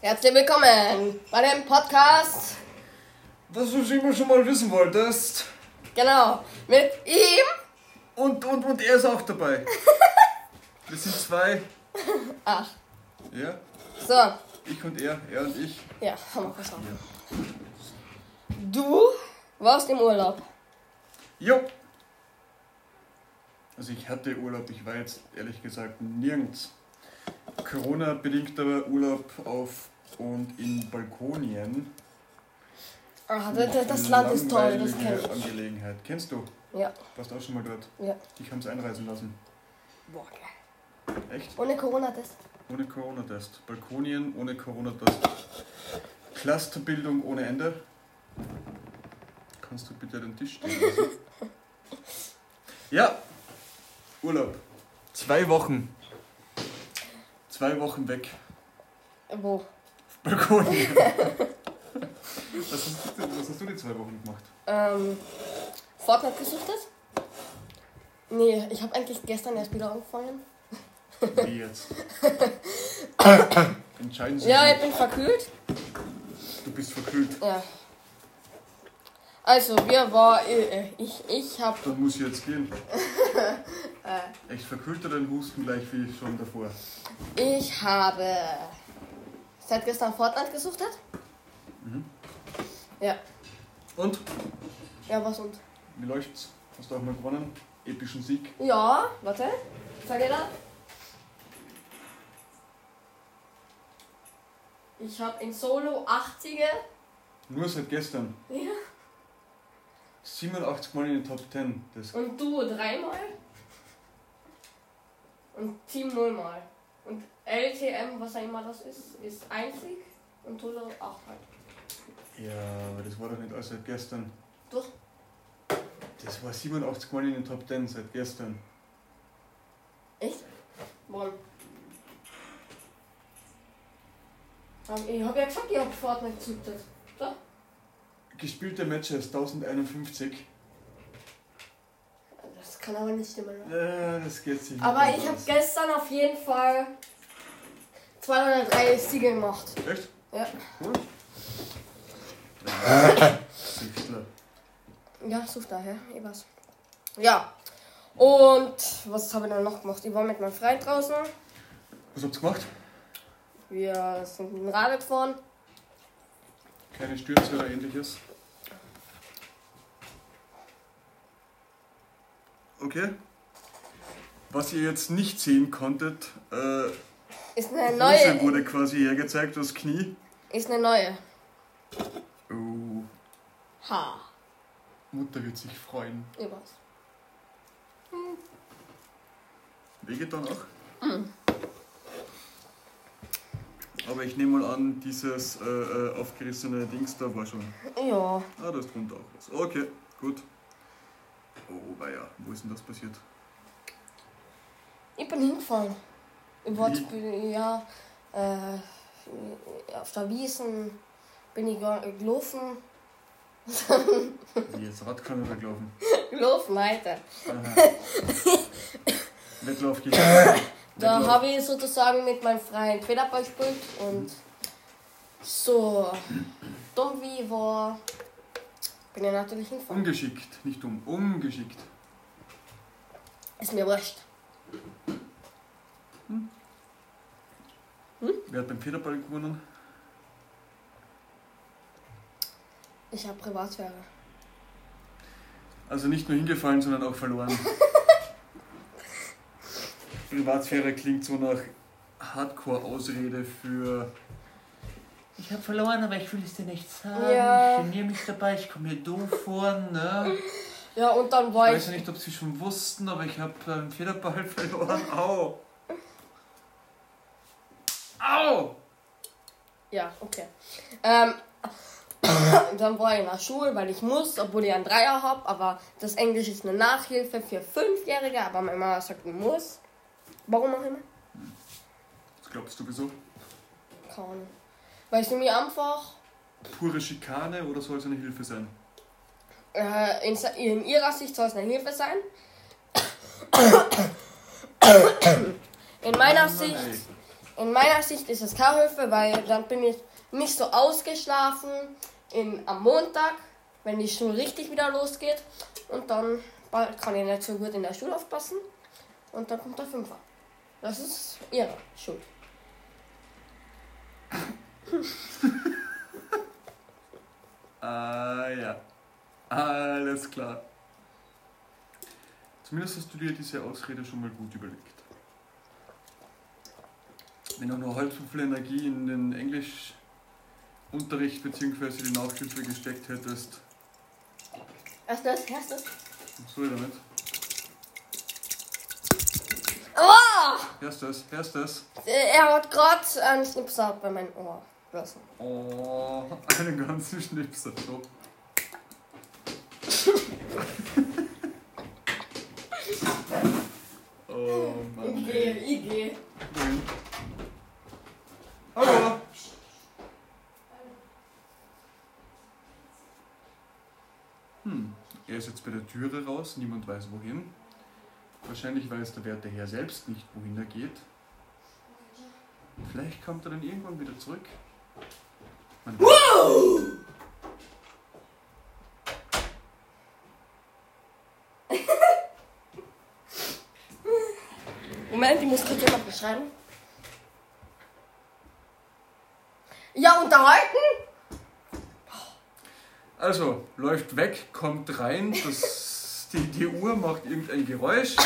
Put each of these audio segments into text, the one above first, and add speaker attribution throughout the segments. Speaker 1: Herzlich willkommen bei dem Podcast.
Speaker 2: Das, was ich immer schon mal wissen wolltest.
Speaker 1: Genau. Mit ihm.
Speaker 2: Und, und, und er ist auch dabei. Wir sind zwei.
Speaker 1: Ach,
Speaker 2: Ja,
Speaker 1: so.
Speaker 2: ich und er, er und ich.
Speaker 1: Ja, haben wir kurz auf. Du warst im Urlaub.
Speaker 2: Jo. Also ich hatte Urlaub, ich war jetzt ehrlich gesagt nirgends. Corona bedingter Urlaub auf und in Balkonien.
Speaker 1: Ah, das, das, das Land ist toll, das kenn
Speaker 2: Langweilige Angelegenheit. Kennst du?
Speaker 1: ich. Ja,
Speaker 2: Warst auch schon mal dort?
Speaker 1: ja.
Speaker 2: Ich haben's einreisen lassen.
Speaker 1: Boah, geil.
Speaker 2: Echt?
Speaker 1: Ohne Corona-Test.
Speaker 2: Ohne Corona-Test. Balkonien ohne Corona-Test. Clusterbildung ohne Ende. Kannst du bitte den Tisch stehen lassen? ja, Urlaub. Zwei Wochen. Zwei Wochen weg.
Speaker 1: Wo?
Speaker 2: Auf Balkonien. was, hast du, was hast du die zwei Wochen gemacht?
Speaker 1: Ähm, Fortnite gesuchtet? Nee, ich habe eigentlich gestern erst wieder angefangen.
Speaker 2: Wie jetzt? Entscheiden Sie
Speaker 1: Ja, ich
Speaker 2: sich.
Speaker 1: bin verkühlt.
Speaker 2: Du bist verkühlt.
Speaker 1: Ja. Also, wir war. äh, Ich, ich hab.
Speaker 2: Dann muss ich jetzt gehen. Echt verkühlt oder den Husten gleich wie schon davor?
Speaker 1: Ich habe. Seit gestern Fortnite gesuchtet?
Speaker 2: Mhm.
Speaker 1: Ja.
Speaker 2: Und?
Speaker 1: Ja, was und?
Speaker 2: Wie läuft's? Hast du auch mal gewonnen? Epischen Sieg.
Speaker 1: Ja, warte. Zeig dir das. Ich habe in Solo 80er.
Speaker 2: Nur seit gestern.
Speaker 1: Ja.
Speaker 2: 87 Mal in den Top 10. Das
Speaker 1: Und du dreimal. Und Team nullmal. Und LTM, was auch immer das ist, ist einzig. Und Solo achtmal.
Speaker 2: ja, aber das war doch nicht alles seit gestern.
Speaker 1: Doch.
Speaker 2: Das war 87 Mal in den Top 10 seit gestern.
Speaker 1: Echt? Warum? Hab- Ich hab ja gesagt, ich hab Fortnite gezüchtet. So.
Speaker 2: Gespielte Matches 1051.
Speaker 1: Das kann aber nicht stimmen. oder?
Speaker 2: Äh, das geht sich nicht
Speaker 1: Aber
Speaker 2: ganz
Speaker 1: ich habe
Speaker 2: aus.
Speaker 1: gestern auf jeden Fall zwei oder drei Siege gemacht.
Speaker 2: Echt?
Speaker 1: Ja.
Speaker 2: Cool. Sechstler.
Speaker 1: Ja, such daher. Ich weiß. Ja. Und was habe ich dann noch gemacht? Ich war mit meinem Freund draußen.
Speaker 2: Was habt ihr gemacht?
Speaker 1: Wir sind mit dem Rad gefahren.
Speaker 2: Keine Stürze oder ähnliches. Okay. Was ihr jetzt nicht sehen konntet, äh,
Speaker 1: Ist eine
Speaker 2: Hose
Speaker 1: neue.
Speaker 2: wurde quasi hergezeigt, das Knie.
Speaker 1: Ist eine neue.
Speaker 2: Oh,
Speaker 1: Ha.
Speaker 2: Mutter wird sich freuen.
Speaker 1: Ich weiß.
Speaker 2: Vegetan auch? Aber ich nehme mal an, dieses äh, äh, aufgerissene Dings da war schon.
Speaker 1: Ja.
Speaker 2: Ah, da ist drunter auch was. Okay, gut. Oh, weia, wo ist denn das passiert?
Speaker 1: Ich bin hingefallen. Im
Speaker 2: Wie?
Speaker 1: Wortspiel, ja. Äh, auf der Wiesen bin ich ge- gelaufen.
Speaker 2: Wie jetzt Radkanne da gelaufen?
Speaker 1: gelaufen, Alter.
Speaker 2: Aha. Wettlauf gegen Wettlauf.
Speaker 1: Da habe ich sozusagen mit meinem Freund Federball gespielt und so dumm wie ich war, bin ich natürlich
Speaker 2: Mhm.
Speaker 1: hingefallen.
Speaker 2: Ungeschickt, nicht dumm, ungeschickt.
Speaker 1: Ist mir wurscht.
Speaker 2: Wer hat beim Federball gewonnen?
Speaker 1: Ich habe Privatsphäre.
Speaker 2: Also nicht nur hingefallen, sondern auch verloren. Privatsphäre klingt so nach Hardcore-Ausrede für.
Speaker 3: Ich habe verloren, aber ich will es dir nicht sagen.
Speaker 1: Ja.
Speaker 3: Ich geniere mich dabei, ich komme mir doof vor, ne?
Speaker 1: Ja, und dann
Speaker 2: Ich
Speaker 1: war ich.
Speaker 2: weiß ja nicht, ob sie schon wussten, aber ich habe
Speaker 3: ähm,
Speaker 2: beim Federball verloren. Au! Au!
Speaker 1: Ja, okay. Ähm, dann war ich in der Schule, weil ich muss, obwohl ich einen Dreier habe, aber das Englisch ist eine Nachhilfe für Fünfjährige, aber meine Mama sagt, ich muss. Warum auch immer?
Speaker 2: Das glaubst du wieso?
Speaker 1: Keine Ahnung. Weil sie mir einfach
Speaker 2: Pure Schikane oder soll es eine Hilfe sein?
Speaker 1: Äh, in, in ihrer Sicht soll es eine Hilfe sein. In meiner
Speaker 2: Mann,
Speaker 1: Sicht,
Speaker 2: ey.
Speaker 1: in in meiner Sicht ist es keine Hilfe, weil dann bin ich nicht so ausgeschlafen in, am Montag, wenn die Schule richtig wieder losgeht. Und dann bald kann ich nicht so gut in der Schule aufpassen. Und dann kommt der Fünfer. Das ist ihre Schuld.
Speaker 2: Ah ja. Alles klar. Zumindest hast du dir diese Ausrede schon mal gut überlegt. Wenn auch nur halb so viel Energie in den Englischunterricht bzw. die Nachhilfe gesteckt hättest,
Speaker 1: Hast du das? Hast du das?
Speaker 2: was soll ich damit?
Speaker 1: Oh!
Speaker 2: Hörst du das? Hörst du das?
Speaker 1: Er hat gerade einen Schnipser bei meinem Ohr. gelassen.
Speaker 2: Oh, einen ganzen Schnipsel. So. oh Mann. ey.
Speaker 1: ich gehe.
Speaker 2: Hallo. Hm, er ist jetzt bei der Türe raus, niemand weiß wohin. Wahrscheinlich weiß der Wärter Herr selbst nicht, wohin er geht. Vielleicht kommt er dann irgendwann wieder zurück. Man
Speaker 1: Moment, ich muss kurz jemand beschreiben. Ja, unterhalten?
Speaker 2: Also, läuft weg, kommt rein, das, die, die Uhr macht irgendein Geräusch.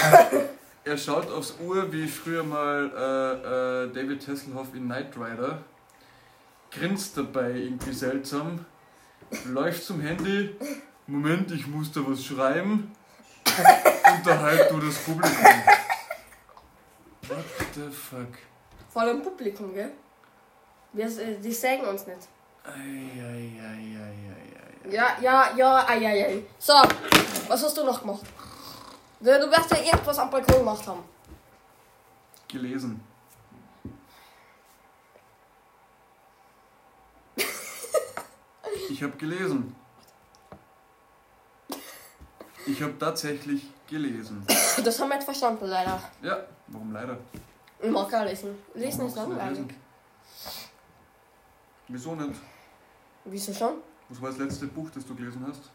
Speaker 2: Er schaut aufs Uhr, wie früher mal äh, äh, David Hasselhoff in Knight Rider. Grinst dabei irgendwie seltsam. Läuft zum Handy. Moment, ich muss da was schreiben. Unterhalt du das Publikum. What the fuck?
Speaker 1: Vor allem Publikum, gell? Wir, äh, die sägen uns nicht.
Speaker 2: Eieieiei.
Speaker 1: Ja, ja, ja, ei, ei, ei. So, was hast du noch gemacht? Du, du wirst ja irgendwas am Balkon gemacht haben.
Speaker 2: Gelesen. Ich habe gelesen. Ich habe tatsächlich gelesen.
Speaker 1: Das haben wir nicht verstanden, leider.
Speaker 2: Ja, warum leider?
Speaker 1: Ich mag gar lesen. Lesen
Speaker 2: Warum
Speaker 1: ist
Speaker 2: magst du nicht
Speaker 1: langweilig.
Speaker 2: lesen? Wieso nicht?
Speaker 1: Wieso schon?
Speaker 2: Was war das letzte Buch, das du gelesen hast?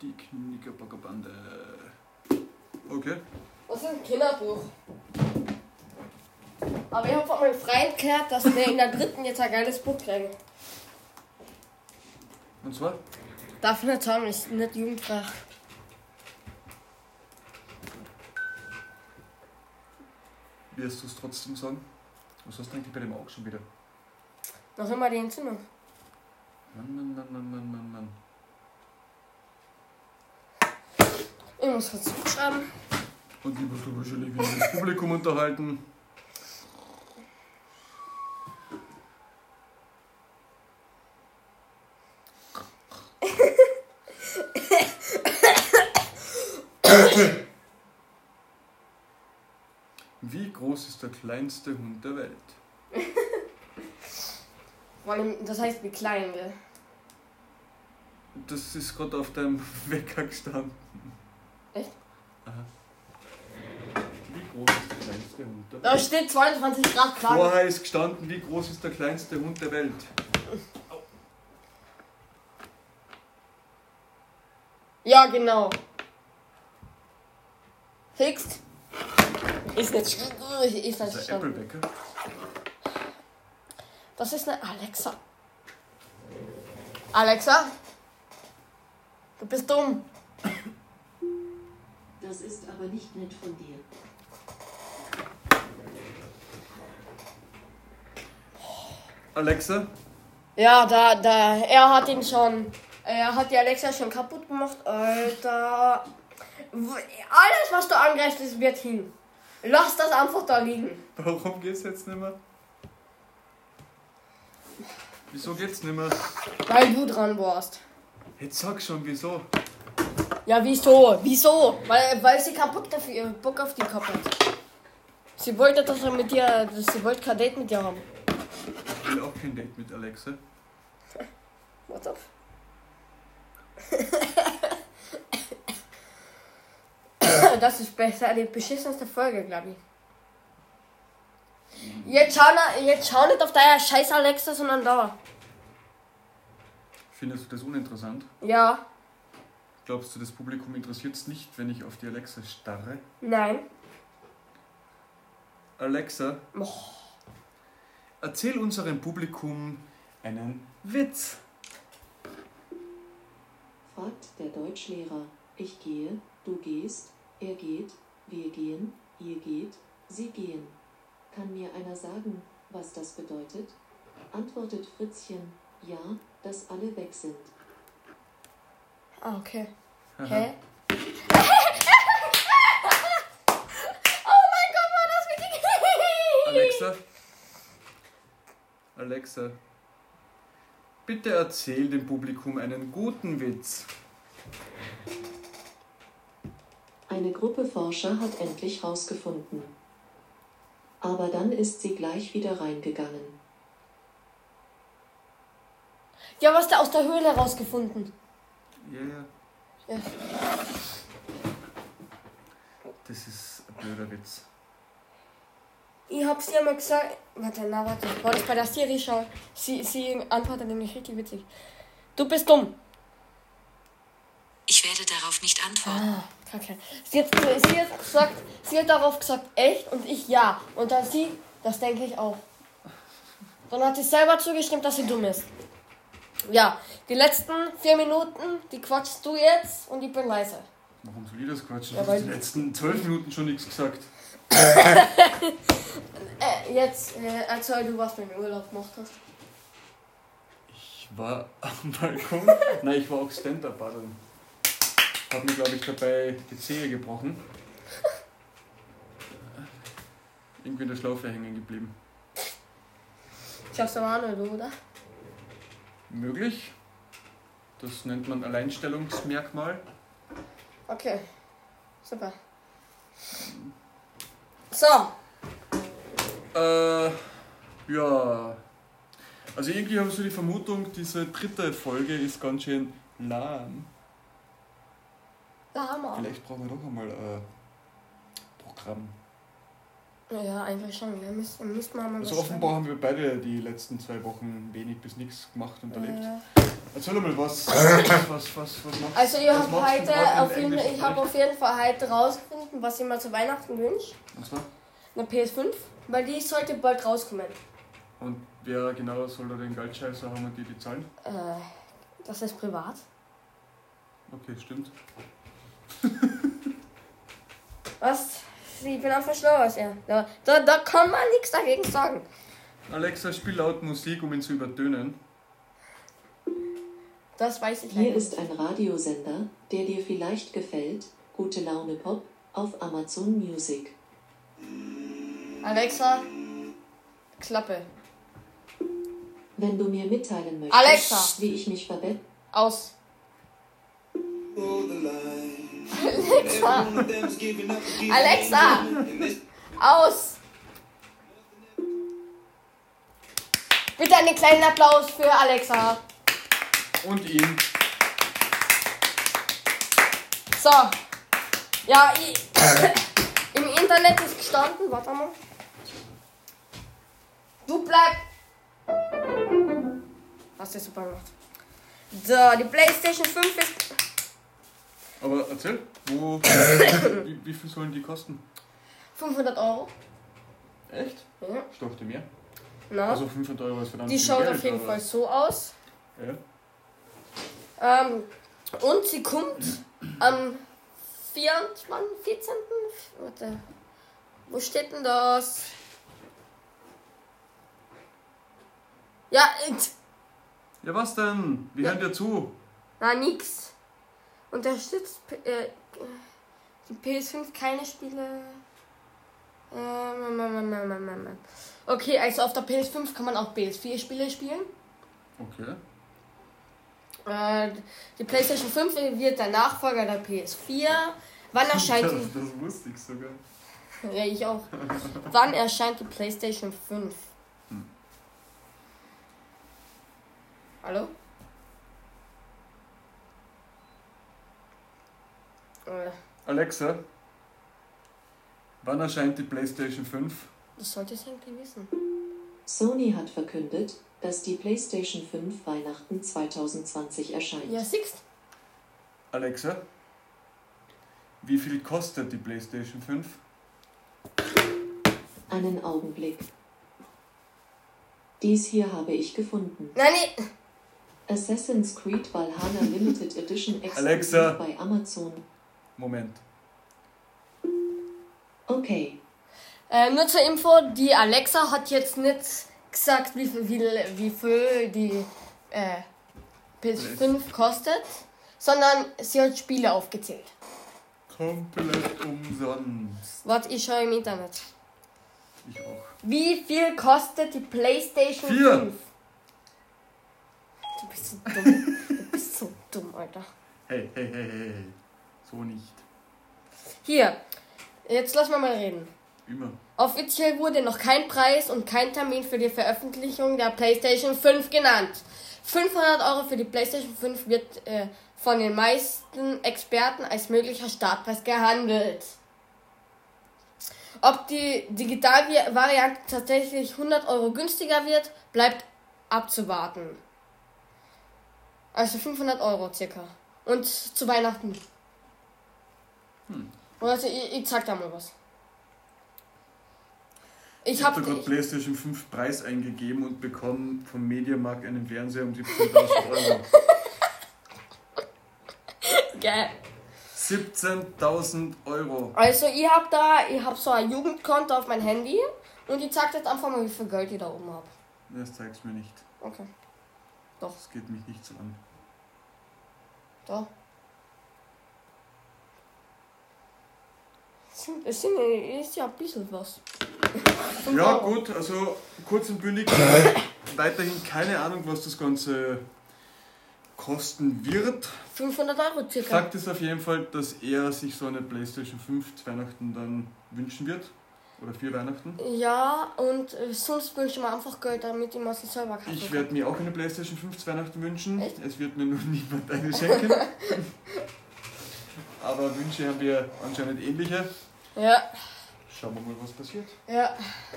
Speaker 2: Die Knickerbackerbande. Okay.
Speaker 1: Das ist ein Kinderbuch. Aber ich habe von meinem Freund gehört, dass wir in der dritten jetzt ein geiles Buch kriegen.
Speaker 2: Und zwar?
Speaker 1: Darf ich nicht sagen, ist nicht jugendfrei.
Speaker 2: Wirst du es trotzdem sagen? Was hast du eigentlich bei dem Auge schon wieder?
Speaker 1: Noch immer die Entzündung.
Speaker 2: Mann, Mann, Mann, Mann, Mann, Mann, Mann.
Speaker 1: Ich muss kurz zuschreiben.
Speaker 2: Und die musst du wahrscheinlich wieder das Publikum unterhalten. Wie groß ist der kleinste Hund der Welt?
Speaker 1: Vor allem, das heißt, wie klein wir.
Speaker 2: Das ist gerade auf deinem Wecker gestanden.
Speaker 1: Echt?
Speaker 2: Aha. Wie groß ist der kleinste Hund der Welt?
Speaker 1: Da steht 22 Grad klar.
Speaker 2: Vorher ist gestanden, wie groß ist der kleinste Hund der Welt?
Speaker 1: Ja, genau. Fix. Ist nicht sch- Ist nicht
Speaker 2: Das ist ein
Speaker 1: verstanden.
Speaker 2: Applebacker.
Speaker 1: Das ist eine Alexa. Alexa? Du bist dumm.
Speaker 4: Das ist aber nicht nett von dir.
Speaker 2: Alexa,
Speaker 1: Ja, da, da, er hat ihn schon, er hat die Alexa schon kaputt gemacht, Alter. W- Alles, was du angreifst, ist, wird hin. Lass das einfach da liegen.
Speaker 2: warum geht's jetzt nicht mehr? Wieso geht's nicht mehr?
Speaker 1: Weil du dran warst.
Speaker 2: Jetzt sag schon, wieso?
Speaker 1: Ja, wieso? Wieso? Weil, weil sie keinen Bock, dafür, Bock auf die gehabt hat. Sie wollte, dass er mit dir, dass sie wollte kein Date mit dir haben.
Speaker 2: Ich will auch kein Date mit Alexa.
Speaker 1: What's up? Das ist besser, die beschissenste Folge, glaube ich. Jetzt schau, na- jetzt schau nicht auf deine scheiß Alexa, sondern da.
Speaker 2: Findest du das uninteressant?
Speaker 1: Ja,
Speaker 2: Glaubst du, das Publikum interessiert es nicht, wenn ich auf die Alexa starre?
Speaker 1: nein.
Speaker 2: Alexa,
Speaker 1: Och,
Speaker 2: erzähl unserem Publikum einen Witz.
Speaker 4: Fragt der Deutschlehrer. Ich gehe, du gehst, er geht, wir gehen, ihr geht, sie gehen. Kann mir einer sagen, was das bedeutet? Antwortet Fritzchen, ja, dass alle weg sind.
Speaker 1: Ah, okay.
Speaker 2: Haha.
Speaker 1: Hä? oh mein Gott, war das richtig?
Speaker 2: Alexa, Alexa, bitte erzähl dem Publikum einen guten Witz.
Speaker 4: Eine Gruppe Forscher hat endlich rausgefunden. Aber dann ist sie gleich wieder reingegangen.
Speaker 1: Ja, was da aus der Höhle rausgefunden?
Speaker 2: Ja, ja.
Speaker 1: Ja.
Speaker 2: Das ist ein blöder Witz.
Speaker 1: Ich hab's dir mal gesagt. Warte, na, warte. War das bei der Siri schon? Sie, sie antwortet nämlich richtig witzig. Du bist dumm.
Speaker 5: Ich werde darauf nicht antworten.
Speaker 1: Ah, kacke. Sie hat, sie hat gesagt, sie hat darauf gesagt, echt und ich ja. Und dann sie, das denke ich auch. Dann hat sie selber zugestimmt, dass sie dumm ist. Ja, die letzten vier Minuten, die quatschst du jetzt und ich bin leise.
Speaker 2: Warum soll ich das quatschen?
Speaker 1: Ja,
Speaker 2: du hast
Speaker 1: weil-
Speaker 2: die letzten zwölf Minuten schon nichts gesagt.
Speaker 1: Äh, jetzt äh, erzähl du, was du im Urlaub gemacht hast.
Speaker 2: Ich war am Balkon. Nein, ich war auch Stand-Up paddeln. Hab mir, glaube ich, dabei die Zehe gebrochen. Irgendwie in der Schlaufe hängen geblieben.
Speaker 1: Ich hab's aber auch nicht, oder?
Speaker 2: möglich. Das nennt man Alleinstellungsmerkmal.
Speaker 1: Okay. Super. So,
Speaker 2: Äh, ja. Also irgendwie habe ich so die Vermutung, diese dritte Folge ist ganz schön lahm.
Speaker 1: da haben wir.
Speaker 2: Vielleicht brauchen wir doch einmal ein Programm.
Speaker 1: Ja, eigentlich schon. Wir müssen, müssen wir mal
Speaker 2: Also
Speaker 1: was
Speaker 2: offenbar haben wir beide die letzten zwei Wochen wenig bis nichts gemacht und
Speaker 1: schreiben.
Speaker 2: erlebt.
Speaker 1: Äh,
Speaker 2: Erzähl doch mal was. Was, was, was, was machst
Speaker 1: Also ich
Speaker 2: was
Speaker 1: habe
Speaker 2: machst du
Speaker 1: heute
Speaker 2: gerade
Speaker 1: auf
Speaker 2: in
Speaker 1: jeden,
Speaker 2: Englisch?
Speaker 1: ich hab auf jeden Fall heute rausgefunden, was ich mir zu Weihnachten wünsche.
Speaker 2: Und zwar?
Speaker 1: Eine PS5, weil die sollte bald rauskommen.
Speaker 2: Und wer genau soll da den Geldscheißer haben und die die zahlen?
Speaker 1: Äh, das ist privat.
Speaker 2: Okay, stimmt.
Speaker 1: Was? Ich bin einfach schlauer als er. Da, da, da kann man nichts dagegen sagen.
Speaker 2: Alexa, spiel laut Musik, um ihn zu übertönen.
Speaker 1: Das weiß ich
Speaker 4: Hier
Speaker 1: leider
Speaker 4: ist
Speaker 1: nicht.
Speaker 4: ein Radiosender, der dir vielleicht gefällt. Gute Laune Pop auf Amazon Music.
Speaker 1: Alexa, Klappe.
Speaker 4: Wenn du mir mitteilen möchtest,
Speaker 1: Alexa!
Speaker 4: wie ich mich verbessere.
Speaker 1: Aus.
Speaker 6: Alexa!
Speaker 1: Alexa! Aus! Bitte einen kleinen Applaus für Alexa.
Speaker 2: Und ihn.
Speaker 1: So. Ja, ich, im Internet ist gestanden, warte mal. Du bleib. Hast du super gemacht. So, die PlayStation 5 ist.
Speaker 2: Aber erzähl, wo, wie, wie viel sollen die kosten?
Speaker 1: 500 Euro.
Speaker 2: Echt?
Speaker 1: Ja.
Speaker 2: Ich dachte mehr.
Speaker 1: Na,
Speaker 2: Also 500 Euro ist verdammt
Speaker 1: die
Speaker 2: viel
Speaker 1: schaut
Speaker 2: Geld,
Speaker 1: auf jeden
Speaker 2: aber-
Speaker 1: Fall so aus.
Speaker 2: Ja.
Speaker 1: Ähm, und sie kommt am 24. 14. Warte. Wo steht denn das? Ja, it.
Speaker 2: ja, was denn? Wir hören dir zu.
Speaker 1: Na, nix. Unterstützt P- äh, die PS5 keine Spiele. Äh, mm, mm, mm, mm, mm, mm. Okay, also auf der PS5 kann man auch PS4-Spiele spielen.
Speaker 2: Okay.
Speaker 1: Äh, die PlayStation 5 wird der Nachfolger der PS4. Wann erscheint die?
Speaker 2: Das, das wusste ich sogar.
Speaker 1: Ja, ich auch. Wann erscheint die PlayStation 5? Hallo? Äh,
Speaker 2: Alexa, wann erscheint die PlayStation 5?
Speaker 1: Das sollte es irgendwie wissen.
Speaker 4: Sony hat verkündet, dass die PlayStation 5 Weihnachten 2020 erscheint.
Speaker 1: Ja, siehst
Speaker 2: Alexa, wie viel kostet die PlayStation 5?
Speaker 4: Einen Augenblick. Dies hier habe ich gefunden.
Speaker 1: Nein, nee.
Speaker 4: Assassin's Creed Valhalla Limited Edition exklusiv
Speaker 2: Alexa.
Speaker 4: bei Amazon.
Speaker 2: Moment.
Speaker 4: Okay,
Speaker 1: Äh, nur zur Info, die Alexa hat jetzt nicht gesagt, wie viel, wie, wie viel die äh, PS5 kostet, sondern sie hat Spiele aufgezählt.
Speaker 2: Komplett umsonst.
Speaker 1: Was ich schon im Internet.
Speaker 2: Ich auch.
Speaker 1: Wie viel kostet die PlayStation
Speaker 2: Vier.
Speaker 1: 5? Du bist so dumm. Du bist so dumm, Alter.
Speaker 2: Hey, hey, hey, hey, hey. So nicht.
Speaker 1: Hier, jetzt lass mal mal reden.
Speaker 2: Immer.
Speaker 1: Offiziell wurde noch kein Preis und kein Termin für die Veröffentlichung der PlayStation 5 genannt. 500 Euro für die PlayStation 5 wird äh, von den meisten Experten als möglicher Startpreis gehandelt. Ob die Digitalvariante tatsächlich 100 Euro günstiger wird, bleibt abzuwarten. Also 500 Euro circa. Und zu Weihnachten. Oder also, ich, ich sag da mal was. Ich
Speaker 2: Ich
Speaker 1: hab.
Speaker 2: habe gerade PlayStation 5 Preis eingegeben und bekomme vom Mediamarkt einen Fernseher um 17.000 Euro.
Speaker 1: Geil.
Speaker 2: 17.000 Euro.
Speaker 1: Also ich hab da, ich hab so ein Jugendkonto auf mein Handy und ich zeig jetzt einfach mal, wie viel Geld ich da oben hab.
Speaker 2: Das zeig's mir nicht.
Speaker 1: Okay.
Speaker 2: Das geht mich nicht so an.
Speaker 1: Da. Es sind- Es sind, ist ja ein bisschen was.
Speaker 2: Ja, gut, also kurz und bündig. Weiterhin keine Ahnung, was das Ganze kosten wird.
Speaker 1: 500 Euro circa.
Speaker 2: Fakt ist auf jeden Fall, dass er sich so eine PlayStation 5 zu Weihnachten dann wünschen wird. Oder für Weihnachten.
Speaker 1: Ja, und äh, sonst wünsche ich mir einfach Geld, damit ich mir sie selber kaufen
Speaker 2: Ich
Speaker 1: kann.
Speaker 2: werde mir auch eine PlayStation 5 zu Weihnachten wünschen.
Speaker 1: Echt?
Speaker 2: Es wird mir nur niemand eine schenken. Aber Wünsche haben wir anscheinend ähnliche.
Speaker 1: Ja,
Speaker 2: Schauen wir mal, was passiert.
Speaker 1: ja.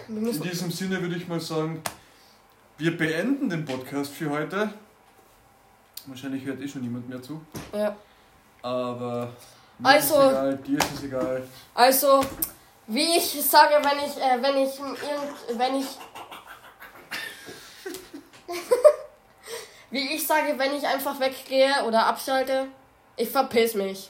Speaker 1: Wir
Speaker 2: In
Speaker 1: müssen,
Speaker 2: diesem Sinne würde ich mal sagen, wir beenden den Podcast für heute. Wahrscheinlich hört eh schon niemand mehr zu.
Speaker 1: ja.
Speaker 2: Aber mir
Speaker 1: Also-
Speaker 2: ist es egal, dir ist es egal.
Speaker 1: Also, wie ich sage, wenn ich, äh, wenn ich, m- irgend, wenn ich, wie ich sage, wenn ich einfach weggehe oder abschalte, ich verpiss mich.